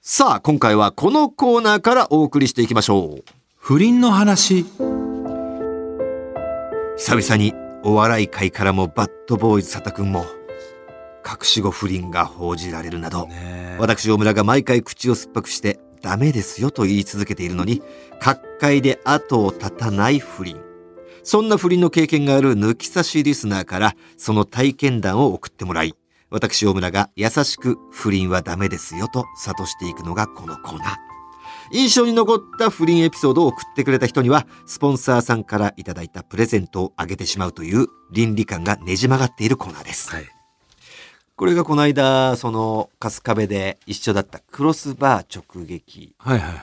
さあ、今回はこのコーナーからお送りしていきましょう。不倫の話久々にお笑い界からもバッドボーイズ佐田くんも、隠し子不倫が報じられるなど、ね私大村が毎回口を酸っぱくして、ダメですよと言い続けているのに、各界で後を絶たない不倫。そんな不倫の経験がある抜き差しリスナーから、その体験談を送ってもらい、私大村が優しく不倫はダメですよと諭していくのがこのコーナー。印象に残った不倫エピソードを送ってくれた人には、スポンサーさんからいただいたプレゼントをあげてしまうという倫理観がねじ曲がっているコーナーです。はいこれがこの間、その、春日部で一緒だったクロスバー直撃はいはいはい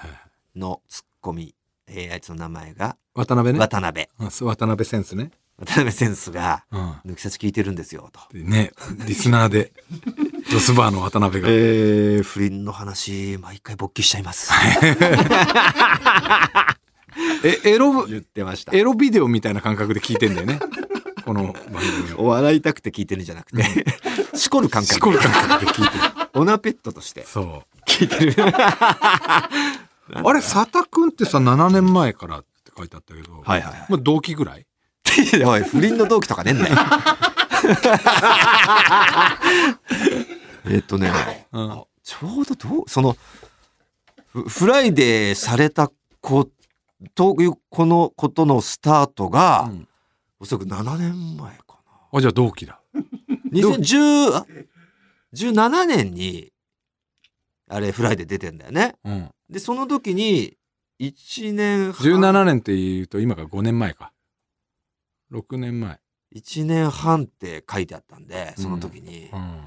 のツッコミ、えーあいつの名前が、渡辺ね渡辺。あそう渡辺センスね渡辺センスが、うん抜き差し聞いてるんですよ、と。でねリスナー でドスバーの渡辺が、えー、不倫の話、毎回勃起しちゃいます。えエロ言ってました。エロビデオみたいな感覚で聞いてんだよねこの番組をお笑いたくて聞いてるんじゃなくて、しこる感しこ覚るで。感覚で聞いてるオナペットとして。そう聞いてる。あれ佐田君ってさ7年前からって書いてあったけど、はいはいはいまあ、同期ぐらいいやおい、不倫の同期とかねえんだよ。 えっとね、うんあちょうどどう、その、フフライデーされた子という、このことのスタートうが、んおそらく7年前かあじゃあ同期だな。2010あ、17年に、あれ、フライデー出てんだよね。うんで、その時に、1年半。 17年っていうと今が5年前か6年前、 1年半って書いてあったんで、その時にう。ん、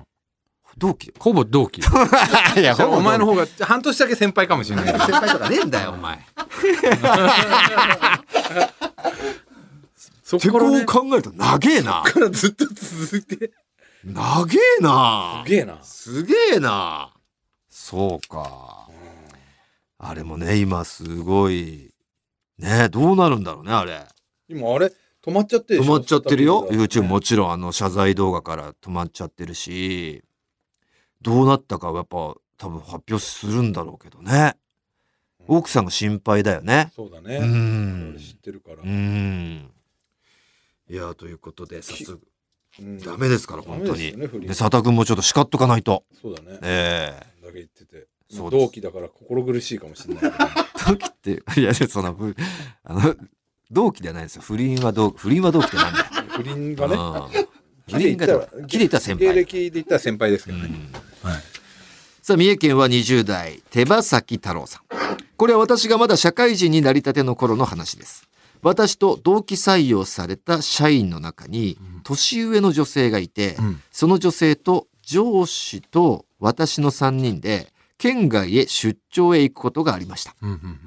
同期ほぼ同期 いやお前の方が半年だけ先輩かもしれないけど先輩とかねえんだよ、お前。そてこう考えると、長えな。からずっと続いて長えな。げえなすげえな。そうか。あれもね、今すごい。ねどうなるんだろうね、あれ。今あれ止まっちゃって止まっちゃってるよ。YouTube もちろん、あの、謝罪動画から止まっちゃってるし、どうなったかはやっぱ、多分発表するんだろうけどね。奥さんが心配だよね。そうだうね、ん。てるから、うん。いや、ということで、早速。うんダメですから、本当に。ダメですよね不倫で、佐田君もちょっと叱っとかないと。そうだねええだけ言っててそうです同期だから心苦しいかもしれないけど同期って、いや、そんな、ふあの、同期じゃないですよ。不倫は同、不倫は同期ってなんだよ。不倫がねうん不倫が同期、切れた先芸輩。歴で言ったら先輩ですけどね、はいさあ、三重県は20代、手羽先太郎さん。これは私がまだ社会人になりたての頃の話です。私と同期採用された社員の中に、年上の女性がいて、うんその女性と上司と私の3人で県外へ出張へ行くことがありました。うんうん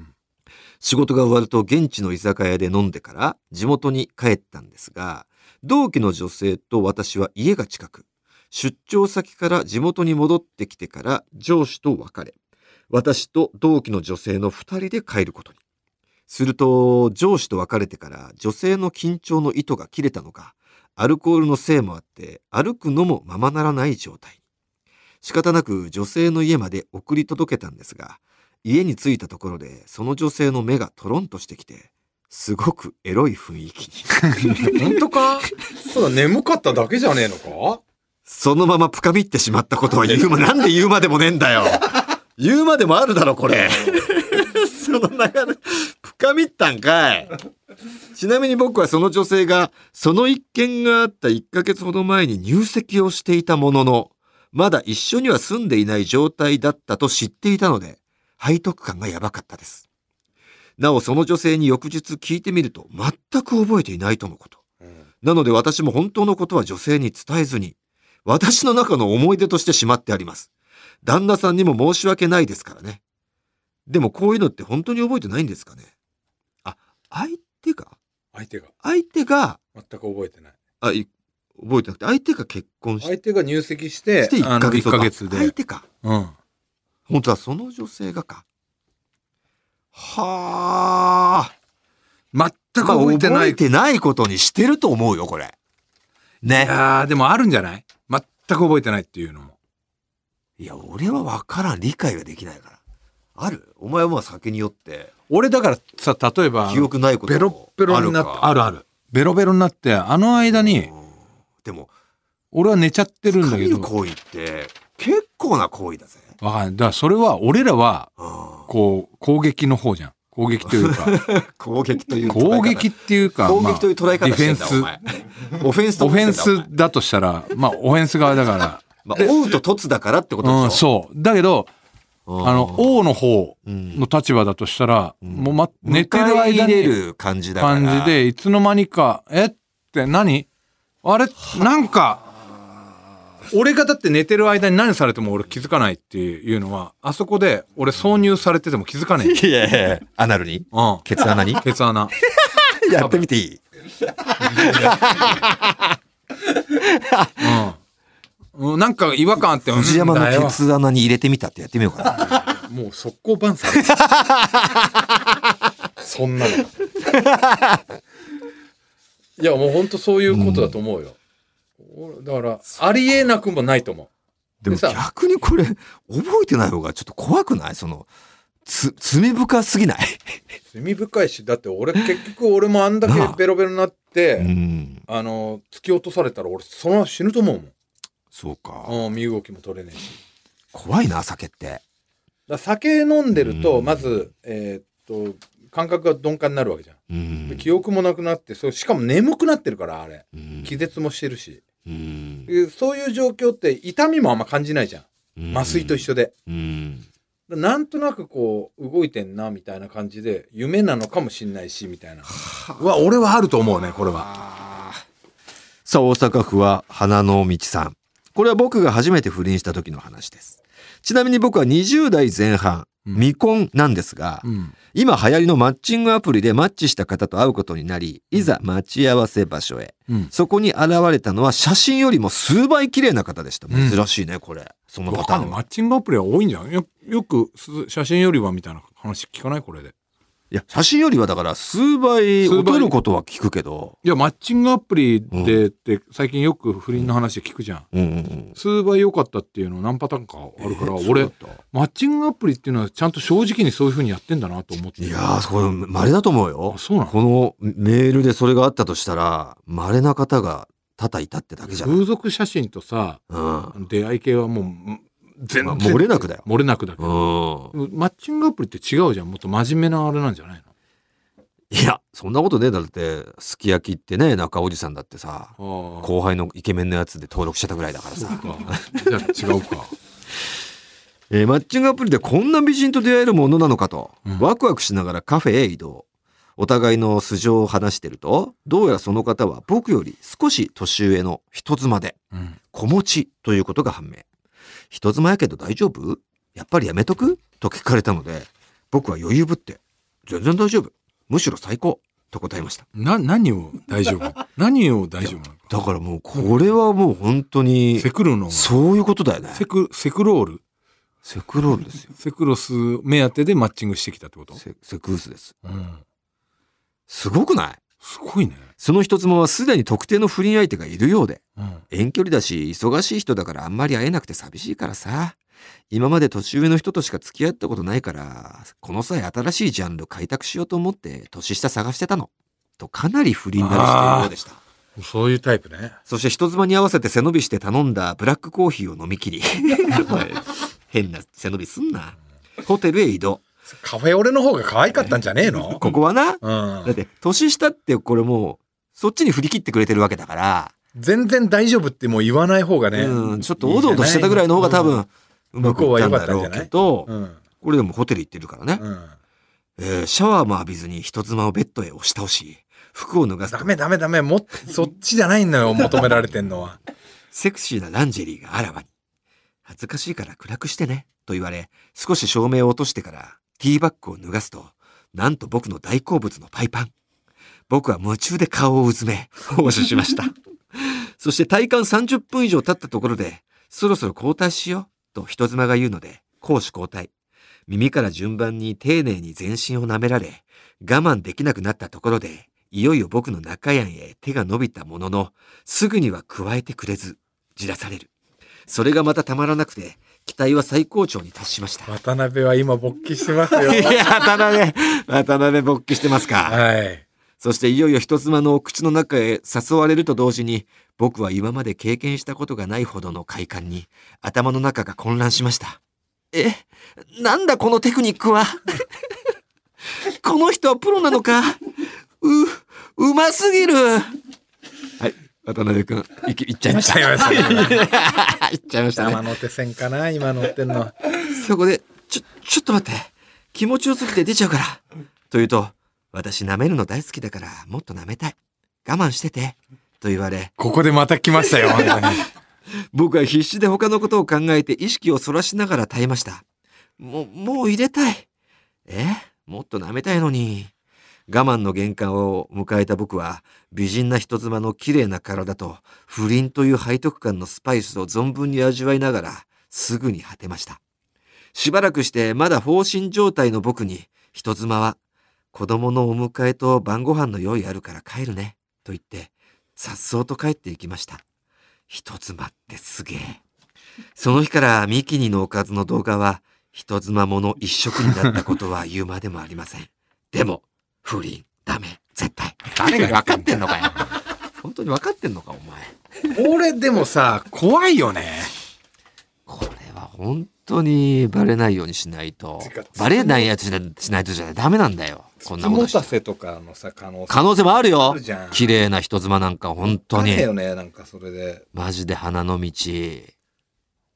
仕事が終わると現地の居酒屋で飲んでから地元に帰ったんですが、同期の女性と私は家が近く、出張先から地元に戻ってきてから上司と別れ、私と同期の女性の2人で帰ることに。すると、上司と別れてから女性の緊張の糸が切れたのか、アルコールのせいもあって歩くのもままならない状態。仕方なく女性の家まで送り届けたんですが、家に着いたところでその女性の目がトロンとしてきて、すごくエロい雰囲気に。うん、 本当かそうだ眠かっただけじゃねえのかそのままぷかみってしまったことを言うま、なんで言うまでもねえんだよ。 言うまでもあるだろ、これ。 その流れ、ぷかみったんかい。ちなみに僕はその女性が、その一件があった1ヶ月ほど前に入籍をしていたものの、まだ一緒には住んでいない状態だったと知っていたので、背徳感がやばかったです。なお、その女性に翌日聞いてみると、全く覚えていないとのこと。うんなので私も本当のことは女性に伝えずに、私の中の思い出としてしまってあります。旦那さんにも申し訳ないですからね。でもこういうのって本当に覚えてないんですかねあ、相手が相手が相手が、全く覚えてないあ、い覚えてなくて、相手が結婚し相手が入籍してして1あヶの月1とヶか月で、相手か。うん、本当はその女性がか。はあ。全くまあ覚えてない、覚えてないことにしてると思うよ、これ。ね。いやーでもあるんじゃない全く覚えてないっていうのもいや、俺は分からん。理解ができないから。あるお前はまあ酒に酔って、俺だからさ例えば記憶ないことベロッベロになってあるるあるベロベロになってあの間にか。うんでも、俺は寝ちゃってるんだ借けりどる行為って、結構な行為だぜ。わかんないだからそれは俺らはうんこう攻撃の方じゃん攻撃というか 攻撃という捉え方攻撃っていうか攻まあ撃という捉え方してんだ、お前。 オフェンスとオ思フってェんだンスだとしたらまあオフェンス側だ かお前まあ、追うと凸だからってことでしら、ょうん、そうだけどうんあの王の方うんの立場だとしたら、うんもう、ま、寝寝ててるる間間れにる感じだから感じでいつの間にか「えっ?」て何あれなんか俺がだって寝てる間に何されても俺気づかないっていうのはあそこで俺挿入されてても気づ かない、うん、いやいやいやアナルにケツ穴 にケツ穴やってみていいうんうん、なんか違和感あって藤山うんだのよケツ穴に入れてみたってやってみようかなもう速攻バンされる そんなのいやもうほんとそういうことだと思うよ、俺だからありえなくもないと思でもでさ逆にこれ覚えてない方がちょっと怖くないそのつ罪深すぎないう罪深いしだって俺結局俺もあんだけなあベロベロになっうてんあの突き落とされたら俺そのまま死ぬと思うそうか、もん、うん、身動きも取れねえし怖いな酒ってだから酒飲んでるうとんまずえーっと感覚が鈍感になるわけじゃんうでん記憶もなくなってそれしかも眠くなってるからあれうん気絶もしてるし、うんでそういう状況って痛みもあんま感じないじゃん麻酔と一緒で、うんなんとなくこう動いてんなみたいな感じで夢なのかもしんないしみたいなうわ俺はあると思うねこれはさあ、大阪府は花の道さん。これは僕が初めて不倫した時の話です。ちなみに僕は20代前半、うん未婚なんですが、うん今流行りのマッチングアプリでマッチした方と会うことになり、いざ待ち合わせ場所へ。うんそこに現れたのは写真よりも数倍綺麗な方でした。うん珍しいね、これ。そのわパタかーんないンマは。ッチングアプリは多いんじゃんよよくす写真よりはみたいな話聞かないこれでいや、写真よりはだから数倍数倍劣ることは聞くけど。いやマッチングアプリでって最近よく不倫の話聞くじゃんうんうんうん。数倍良かったっていうの何パターンかあるから、俺そうだったマッチングアプリっていうのはちゃんと正直にそういうふうにやってんだなと思っていやー、これ、稀だと思うよあ。そうなのこのメールでそれがあったとしたら稀な方が多々いたってだけじゃない、風俗写真とさうんま出会い系はもうん全あ、然漏れなくだよ、漏れなくだけど、うマッチングアプリって違うじゃんもっと真面目なあれなんじゃないん、いやそんなことねえだってすき焼きってね中おじさんだってさの後輩のイケメンのやつで登録してたぐらいだからさ、じゃあ違うかえーマッチングアプリでこんな美人と出会えるものなのかと、うんワクワクしながらカフェへ移動お互いの素性を話してるとどうやらその方は僕より少し年上の人妻でうん子持ちということが判明。人妻やけど大丈夫やっぱりやめとくと聞かれたので、僕は余裕ぶって、全然大丈夫。むしろ最高。と答えました。な何を大丈夫何を大丈夫なのだからもう、これはもう本当にセ、クロのセそういうことだよね。クセクロールセクロールですよ。セクロス目当てでマッチングしてきたってこと、セセクウスです。うん、すごくないすごいね、その人妻はすでに特定の不倫相手がいるようで、うん遠距離だし、忙しい人だからあんまり会えなくて寂しいからさ。今まで年上の人としか付き合ったことないから、この際新しいジャンル開拓しようと思って年下探してたの。とかなり不倫なりしているようでした。そういうタイプねそして人妻に合わせて背伸びして頼んだブラックコーヒーを飲みきり。おい変な背伸びすんな。ホテルへ移動。カフェオレの方が可愛かったんじゃねえのここはな、だっうて年下ってこれもう、そっちに振り切ってくれてるわけだから、ん、全然大丈夫ってもう言わない方がね、うん、ちょっとおどおどしてたぐらいの方が多うん分、うまくいったんだろうけど、うんこれでもホテル行ってるからね、うん、えーシャワーも浴びずに人妻をベッドへ押し倒し服を脱がすダとメダメダメもっそっちじゃないの よ求められてんのはセクシーなランジェリーがあらわに恥ずかしいから暗くしてねと言われ少し照明を落としてからティーバッグを脱がすとなんと僕の大好物のパイパン僕は夢中で顔をうずめ応酬しました そして体感30分以上経ったところでそろそろ交代しようと人妻が言うので攻守交代耳から順番に丁寧に全身を舐められ我慢できなくなったところでいよいよ僕の中やんへ手が伸びたもののすぐには加えてくれずじらされるそれがまたたまらなくて期待は最高潮に達しました。渡辺は今勃起して ますよ。いや、渡辺、渡辺勃起してますか。はい。そしていよいよ人妻の口の中へ誘われると同時に、僕は今まで経験したことがないほどの快感に、頭の中が混乱しました。え、なんだこのテクニックは この人はプロなのかう、うますぎるはい、渡辺くん、いきいっちゃいました。いいっちゃいまっ ちゃいましたね玉。の手線かな今乗ってんのは。そこで、ちょ、ちょっと待って。気持ちよすぎて出ちゃうから。と言うと、私舐めるの大好きだから、もっと舐めたい。我慢してて。と言われ、ここでまた来ま したよ、本当に。僕は必死で他のことを考えて意識をそらしながら耐えました。もう、もう入れたい。えもっと舐めたいのに。我慢の限界を迎えた僕は、美人な人妻の綺麗な体と、不倫という背徳感のスパイスを存分に味わいながら、すぐに果てました。しばらくして、まだ放心状態の僕に、人妻は、子供のお迎えと晩ご飯の用意あるから帰るね、と言って、さっそうと帰っていきました。人妻ってすげえ。その日からミキニのおかずの動画は人妻もの一色になったことは言うまでもありません。でも、不倫、ダメ、絶対。誰が分かってんのかよ。本当に分かってんのか、お前。俺でもさ、怖いよね。これは本当にバレないようにしないとてか。バレないやつしないしないとじゃダメなんだよ。こんなこと持したたらせとかのさ、可能性。可能性もあるあよるじゃん。綺麗な人妻なんか本当だに。よね、なんかそれで。マジで花の道。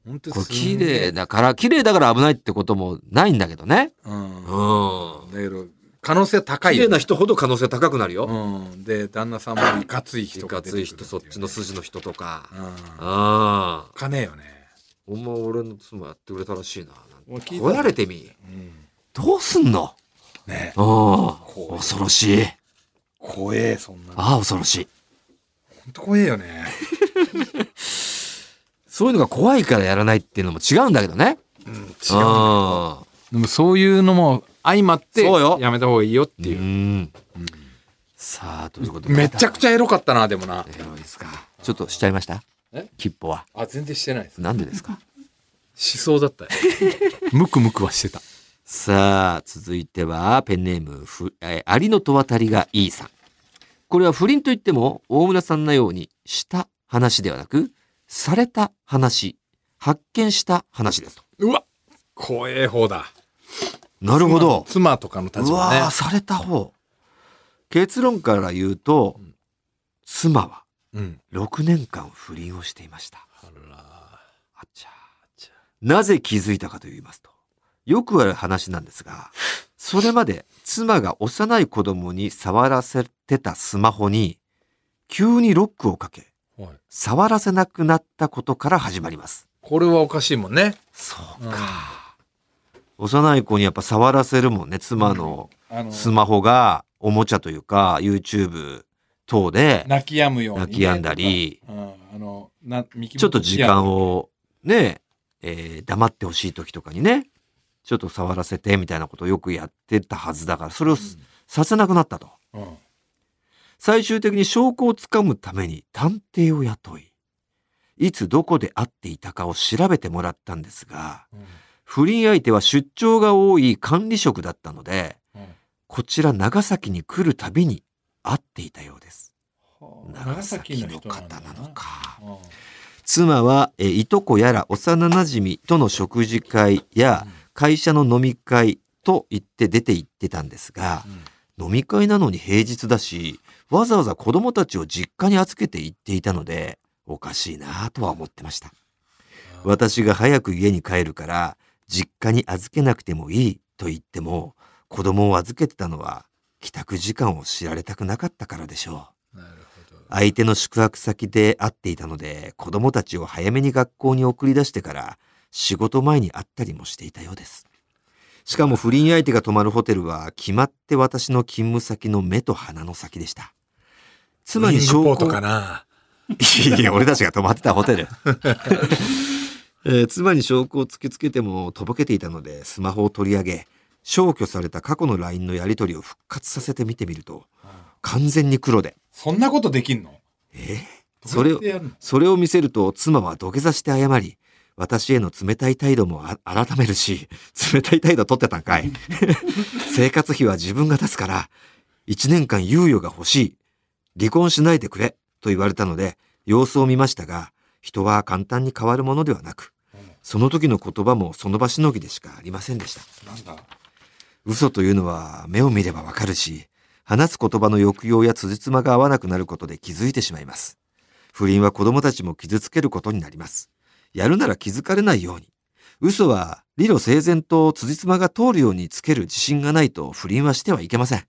本当これに綺麗。だから、綺麗だから危ないってこともないんだけどね。うん。だうん。けど、可能性は高い綺よ麗ねな人ほど可能性高くなるよ。うん。で、旦那さんもいかついい人かがつ出てくるいてい人、うそっちの筋の人とか。うん。おああ。金よね。ほんま俺の妻やってくれたらしいな。もう聞いたこられてみ。うん。どうすんのねうん。う恐ろしい。怖え、そんなの。ああ、恐ろしい。ほんと怖えよね。そういうのが怖いからやらないっていうのも違うんだけどね。うん、違うん。うでもそういうのも相まってそうよやめた方がいいよっていう。ん。さあ、ということで。めちゃくちゃ。ゃエロかったなでもな。エロいですか。ちょっとしちゃいましたえ切符は。あ全然してないです。なんでですかしそうだったよ。 ムクムクはしてた。さあ、続いては、ペンネーム、ふ、えー、ありのと渡りがいいさん。これは不倫といっても、大村さんのように、した話ではなく、された話、発見した話ですと。うわ怖え方だ。なるほど。妻とかの立う場わねー、。された方。結論から言うとうん、妻はうん。 6年間不倫をしていました。ああちゃーなぜ気づいたかと言いますと、よくある話なんですが、 それまで妻が幼い子供に触らせてたスマホに、急にロックをかけ、ら。はい。触らせなくなったことから始まります。これはおかしいもんね。そうか。幼い子にやっぱ触らせるもんね、妻のあのスマホが、おもちゃというか、YouTube 等で泣き止むようにね。泣き止んだり、とか。うんあのな右ちょっと時間を。をね、えー黙ってほしい時とかにね、ちょっと触らせてみたいなことをよくやってたはずだから、それをすさせなくなったと。うんうん最終的に証拠をつかむために探偵を雇い、いつどこで会っていたかを調べてもらったんですが、うん不倫相手は出張が多い管理職だったので、うんこちら長崎に来るたびに会っていたようです。長崎の人んだ方なの。か。うん妻は、えーいとこやら幼なじみとの食事会や会社の飲み会と言って出て行ってたんですがう、ん飲み会なのに平日だし、わざわざ子供たちを実家に預けて行っていたので、おかしいなぁとは思ってました。私が早く家に帰るから、実家に預けなくてもいいと言っても、子供を預けてたのは、帰宅時間を知られたくなかったからでしょう。なるほど。相手の宿泊先で会っていたので、子供たちを早めに学校に送り出してから、仕事前に会ったりもしていたようです。しかも不倫相手が泊まるホテルは、決まって私の勤務先の目と鼻の先でした。妻にウィン証グポ拠ートかな。いやいや、俺たちが泊まってたホテル。 えー妻に証拠を突きつけてもとぼけていたので、スマホを取り上げ、消去された過去の LINE のやり取りを復活させて見てみると、完全に黒で、そんなことできんのえーそれをどうやってやるのそれを見せると妻は土下座して謝り、私への冷たい態度もあ改めるし、 冷たい態度取ってたんかい。 生活費は自分が出すから、1年間猶予が欲しい。離婚しないでくれ。と言われたので、様子を見ましたが、人は簡単に変わるものではなく、その時の言葉もその場しのぎでしかありませんでした。なんだ嘘というのは目を見ればわかるし、話す言葉の抑揚や辻褄が合わなくなることで気づいてしまいます。不倫は子供たちも傷つけることになります。やるなら気づかれないように。嘘は理路整然と辻褄が通るようにつける自信がないと不倫はしてはいけません。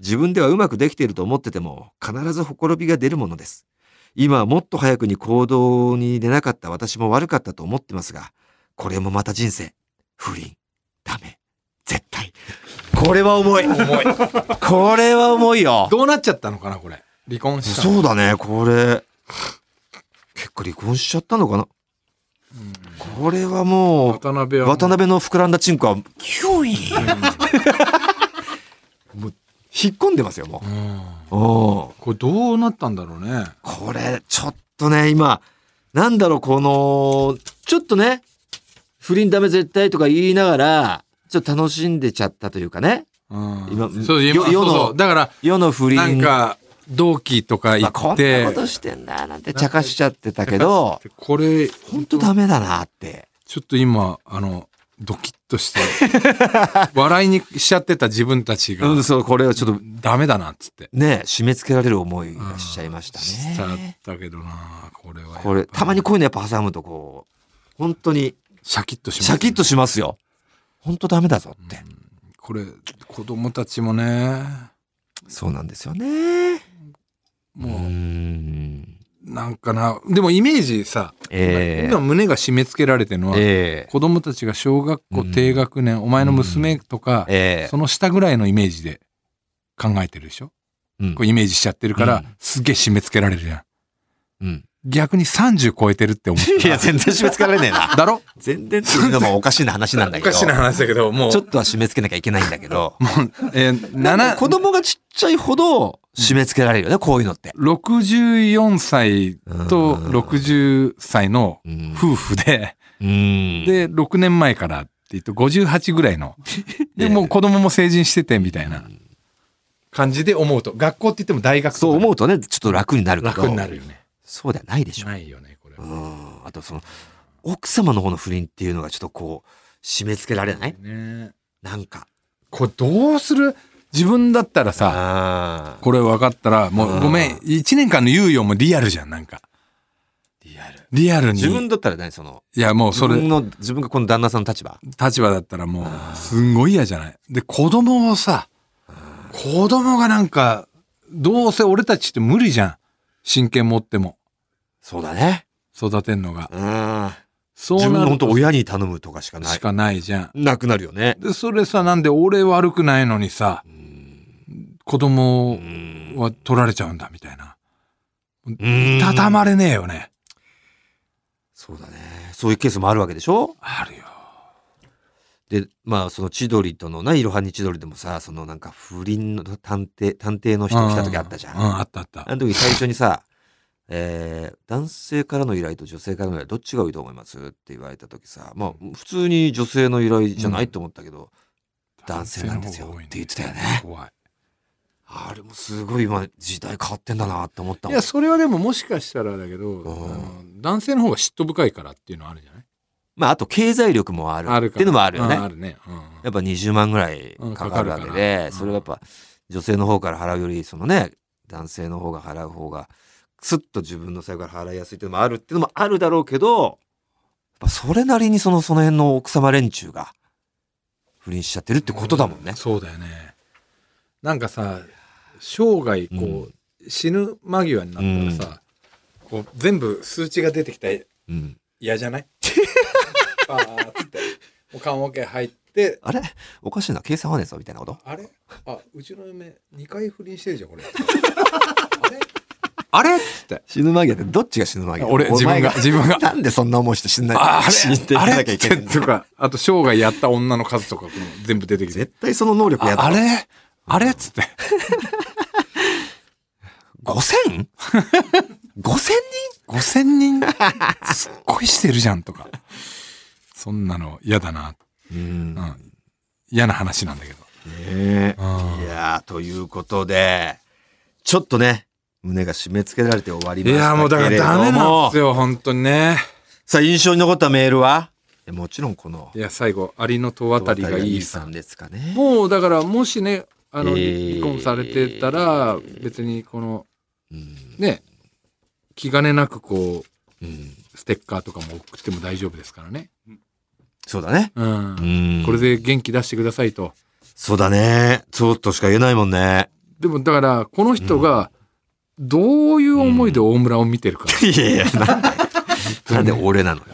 自分ではうまくできていると思ってても必ずほころびが出るものです。今はもっと早くに行動に出なかった私も悪かったと思ってますが、これもまた人生。不倫。ダメ。絶対。これは重い。重い。これは重いよ。どうなっちゃったのかな、これ。離婚したの。そうだね、これ。結構離婚しちゃったのかなうんこれはも渡辺う、は。渡辺の膨らんだチンコは、キュイーン引っ込んでますよ、もうん。う。おこれどうなったんだろうね。これ、ちょっとね、今、なんだろう、この、ちょっとね、不倫ダメ絶対とか言いながら、ちょっと楽しんでちゃったというかね。うん。今そう、今、世そ世うのそう。だから、世の不倫。なんか、同期とかま言あ、こっんなてこ、としてんだなんて茶化しちゃってたけど、これ、本当ダメだなって。ちょっと今、あの、ドキッとして、 笑いにしちゃってた自分たちが、うん、そう、これはちょっと、ダメだな、っつって。ね、締め付けられる思いがしちゃいましたしちゃっね。たけどな、これはやっぱ。これ、たまにこういうのやっぱ挟むとこう、本当に、シャキッとしますシャキッとしますよ。本当ダメだぞって。これ、子供たちもね、そうなんですよね。うもう、ん。なんかな、でもイメージさ、え今胸が締め付けられてるのは、ええ子供たちが小学校うん低学年、お前の娘とか、ええその下ぐらいのイメージで考えてるでしょ、うんこうイメージしちゃってるから、うんすげえ締め付けられるじゃん。うん。 逆に30超えてるって思っいや、全然締め付けられねえな。た。だろ全然っていうのもおかしな話なんだおけど。かしなち話だけど、もう、ょっとは締め付けなきゃいけないんだけど。えー、7子供がちっちゃいほど締め付けられるよね、こういうのって。 64歳とうん60歳のうん夫婦で、うんで、6年前からって言うと58ぐらいの。で、もう子供も成人しててみたいな感じで思うと、学校って言っても大学とかそう思うとね、ちょっと楽になるけど。楽になるよね。そうではないでしょ。ないよね、これう。ん。あとその、奥様の方の不倫っていうのがちょっとこう、締め付けられないねなんか。これどうする自分だったらさ、ああ。これ分かったら、もううんごめん、1年間の猶予もリアルじゃん、なんか。リアル。リアルに。自分だったらね、その、いや、もう自それ、分の、自分がこの旦那さんの立場。立場だったらもう、すんごい嫌じゃない。で、子供をさ、子供がなんか、どうせ俺たちって無理じゃん。真剣持っても、そうだね。育てんのが。うん。そう自分なのる本当と親に頼むとかしかなしい。かないじゃん。なくなるよね。で、それさ、なんで俺悪くないのにさ、子供うん。は取られちゃうんだ、みたいな。うんたたまれねえよね。そうだね。そういうケースもあるわけでしょあるよ。で、まあ、その千鳥とのな、いろはに千鳥でもさ、そのなんか不倫の探偵、探偵の人来た時あったじゃうん、あったあった。あの時最初にさ、えー男性からの依頼と女性からの依頼どっちが多いと思いますって言われた時さまあ普通に女性の依頼じゃないと思ったけど、男性なんですよって言ってたよね怖い。あれもすごい今時代変わってんだなって思ったいもんや、それはでももしかしたらだけど、あんの男性の方が嫉妬深いからっていうのはあるじゃないまああと経済力もあるあるっていうのもあるよね、うんあるね。うんやっぱ20万ぐらいうんかかるわけかかるかで、なうんそれはやっぱ女性の方から払うよりそのね男性の方が払う方がスッと自分の財布から払いやすいっていうのもあるっていうのもあるだろうけどやっぱそれなりにそのその辺の奥様連中が不倫しちゃってるってことだもんね。そうだよね。なんかさ、生涯こう、死ぬ間際になったらさ、こう全部数値が出てきたらうん嫌じゃない パーッつって。もう棺桶入って、あれおかしいな計算はねえぞみたいなことあれあ、うちの嫁2回不倫してるじゃ ん、これ。あれあれっつって。死ぬ間際ってどっちが死ぬ間際俺、お自前分が、自分 が。なんでそんな思いして死んあない死んでいかあれなきゃいけないんだとか、あと生涯やった女の数とか、全部出てきて。絶対その能力やあだあれあれっつって。 5000 5000人 ?5000 人すっごいしてるじゃんとか。そんなの嫌だな。うん。うねん。嫌な話なんだけど。えうんいやーということで、ちょっとね、胸が締め付けられて終わりいましたけれどや、も。もうだからダメなんですよ。よ、本当にね。さあ、印象に残ったメールはもちろんこの、いや、最後、ありの戸渡りがいいささんん。ですかね。もうだから、もしね、あの、え離ー婚されてたら、別にこの、うんね、気兼ねなくこう、うんステッカーとかも送っても大丈夫ですからね。そうだね。う。うんんこれで元気出してくださいと。そうだね。そうとしか言えないもんね。でもだから、この人が、どういう思いで大村を見てるか。いやいや、なんで、なんで俺なのよ。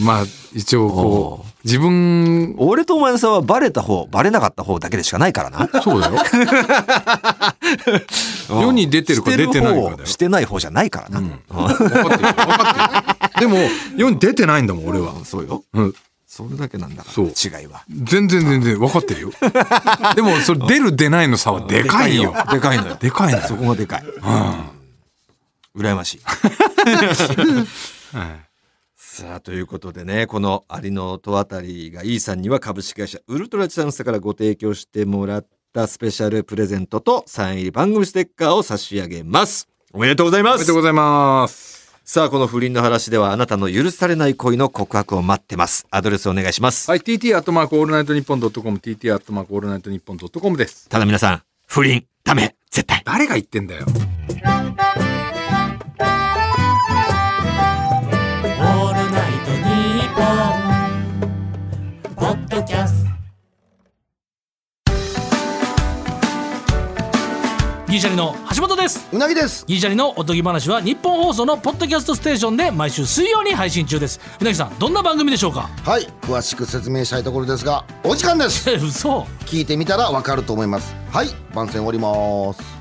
まあ、一応おこーう、自分、俺とお前の差はバレた方、バレなかった方だけでしかないからな。そう だよ。世に出てるかして出てないかだよ方してない方じゃないからな。うん分かってるよ分かってるよ。でも、世に出てないんだもん、俺は。うんそうよ。うん。それだけなんだかそうら、違いは。全然全然分かっ てるよ。でも、それ出る出ないの差はでかいよ。でかいのよ。でかいのそよ。こがでかい。うん。羨ましい。さあ、ということでね、この有野とあたりが E さんには株式会社ウルトラチャンスからご提供してもらったスペシャルプレゼントとサイン入り番組ステッカーを差し上げます。おめでとうございおまめですとう。ございます。さあ、この不倫の話ではあなたの許されない恋の告白を待ってます。アドレスお願いします。はい、TT アットマークオールナイトニッポンドットコム、TT アットマークオールナイトニッポンドットコムです。ただ皆さん、不倫、ダメ、絶対。誰が言ってんだよ。オールナイトニッポン」ポッドキャストギリシャリの橋本ですうなぎですギリシャリのおとぎ話は日本放送のポッドキャストステーションで毎週水曜に配信中ですうなぎさんどんな番組でしょうかはい詳しく説明したいところですがお時間ですえ嘘聞いてみたらわかると思いますはい番宣終わります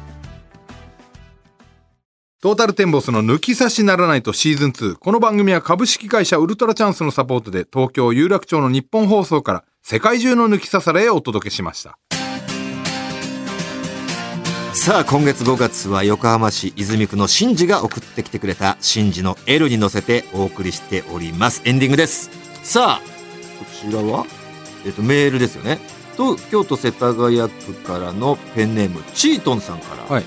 トータルテンボスの抜き差しならないとシーズン2。この番組は株式会社ウルトラチャンスのサポートで東京有楽町の日本放送から世界中の抜き差されへお届けしました。さあ、今月5月は横浜市泉区のシンジが送ってきてくれたシンジの L に乗せてお送りしております。エンディングです。さあ、こちらは、えっと、メールですよね。と、京都世田谷区からのペンネーム、チートンさんから、はい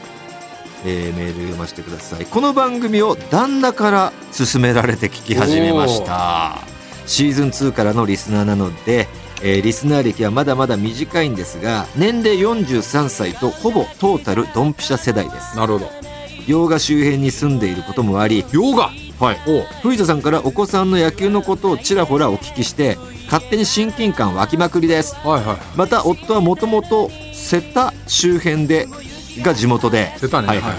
えーメール読ませてください。この番組を旦那から勧められて聞き始めました。シーズン2からのリスナーなので、えーリスナー歴はまだまだ短いんですが年齢43歳とほぼトータルドンピシャ世代ですなるほど。洋画周辺に住んでいることもありヨガはい。おう藤田さんからお子さんの野球のことをちらほらお聞きして勝手に親近感湧きまくりですはいはい。また夫はもともと瀬田周辺でが地元で出たね。はいはい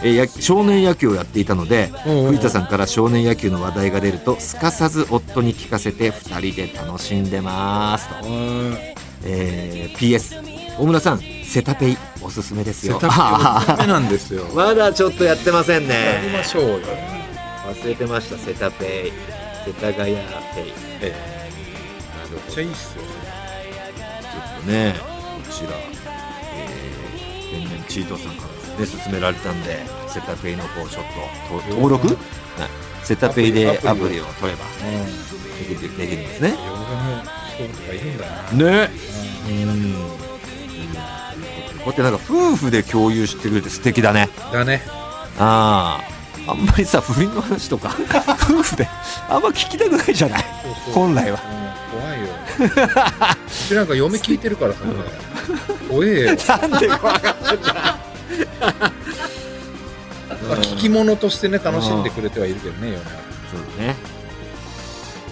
えーや少年野球をやっていたのでおうおう藤田さんから少年野球の話題が出るとすかさず夫に聞かせて2人で楽しんでますとええー PS 大村さんセタペイおすすめですー、よセタあダメなんですよ。 ーまだちょっとやってませんやりまねしょうよ。忘れてましたセタペイ世田谷ペイえなるめほっどちゃいいっすよ。ちょっとねこちら、えー、天然チートさんからですね勧められたんでセタペイの方ちょっとと登録はいセタペイでアアプリプリを取ればうん。ヨできるできるんですねガの人とかいるんだな。ねうんこうやってなんか夫婦で共有してくれて素敵だねだね。あああんまりさ不倫の話と か夫婦であんま聞きたくないじゃない本来はうん怖いよ。うちなんか嫁聞いてるからさ。怖えよ。なんで怖がまあ聞き物としてね楽しんでくれてはいるけどね世のそうだね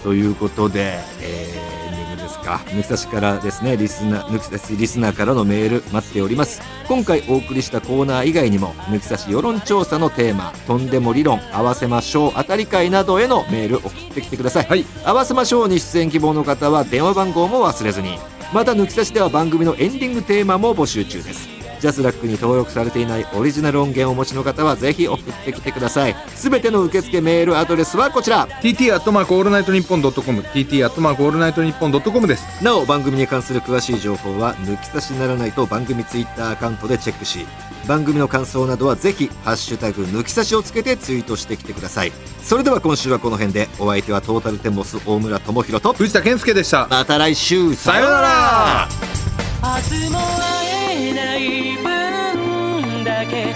ということで、えー、エンディングですか抜き差しからですねリスナー抜き差しリスナーからのメール待っております今回お送りしたコーナー以外にも抜き差し世論調査のテーマとんでも理論合わせましょう当たり会などへのメール送ってきてください、はい合わせましょうに出演希望の方は電話番号も忘れずにまた抜き差しでは番組のエンディングテーマも募集中ですジャスラックに登録されていないオリジナル音源をお持ちの方はぜひ送ってきてくださいすべての受付メールアドレスはこちら TT アットマークオールナイトニッポンドットコム TT アットマークオールナイトニッポンドットコムですなお番組に関する詳しい情報は抜き差しならないと番組ツイッターアカウントでチェックし番組の感想などはぜひ「ハッシュタグ抜き差し」をつけてツイートしてきてくださいそれでは今週はこの辺でお相手はトータルテンボス大村智広と藤田健介でしたまた来週さようなら明日も会えない分だけぬく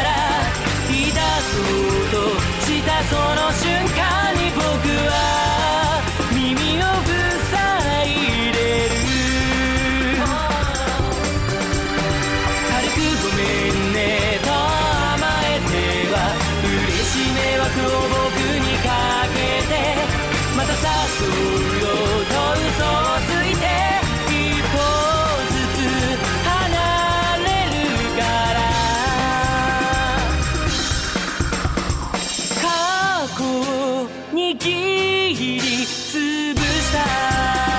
痛そうとしたその瞬間に僕は耳を塞いでる軽くごめんねと甘えては嬉しい迷惑を僕にかけてまた誘うよと嘘をついて一歩ずつ離れるから過去を握りつぶした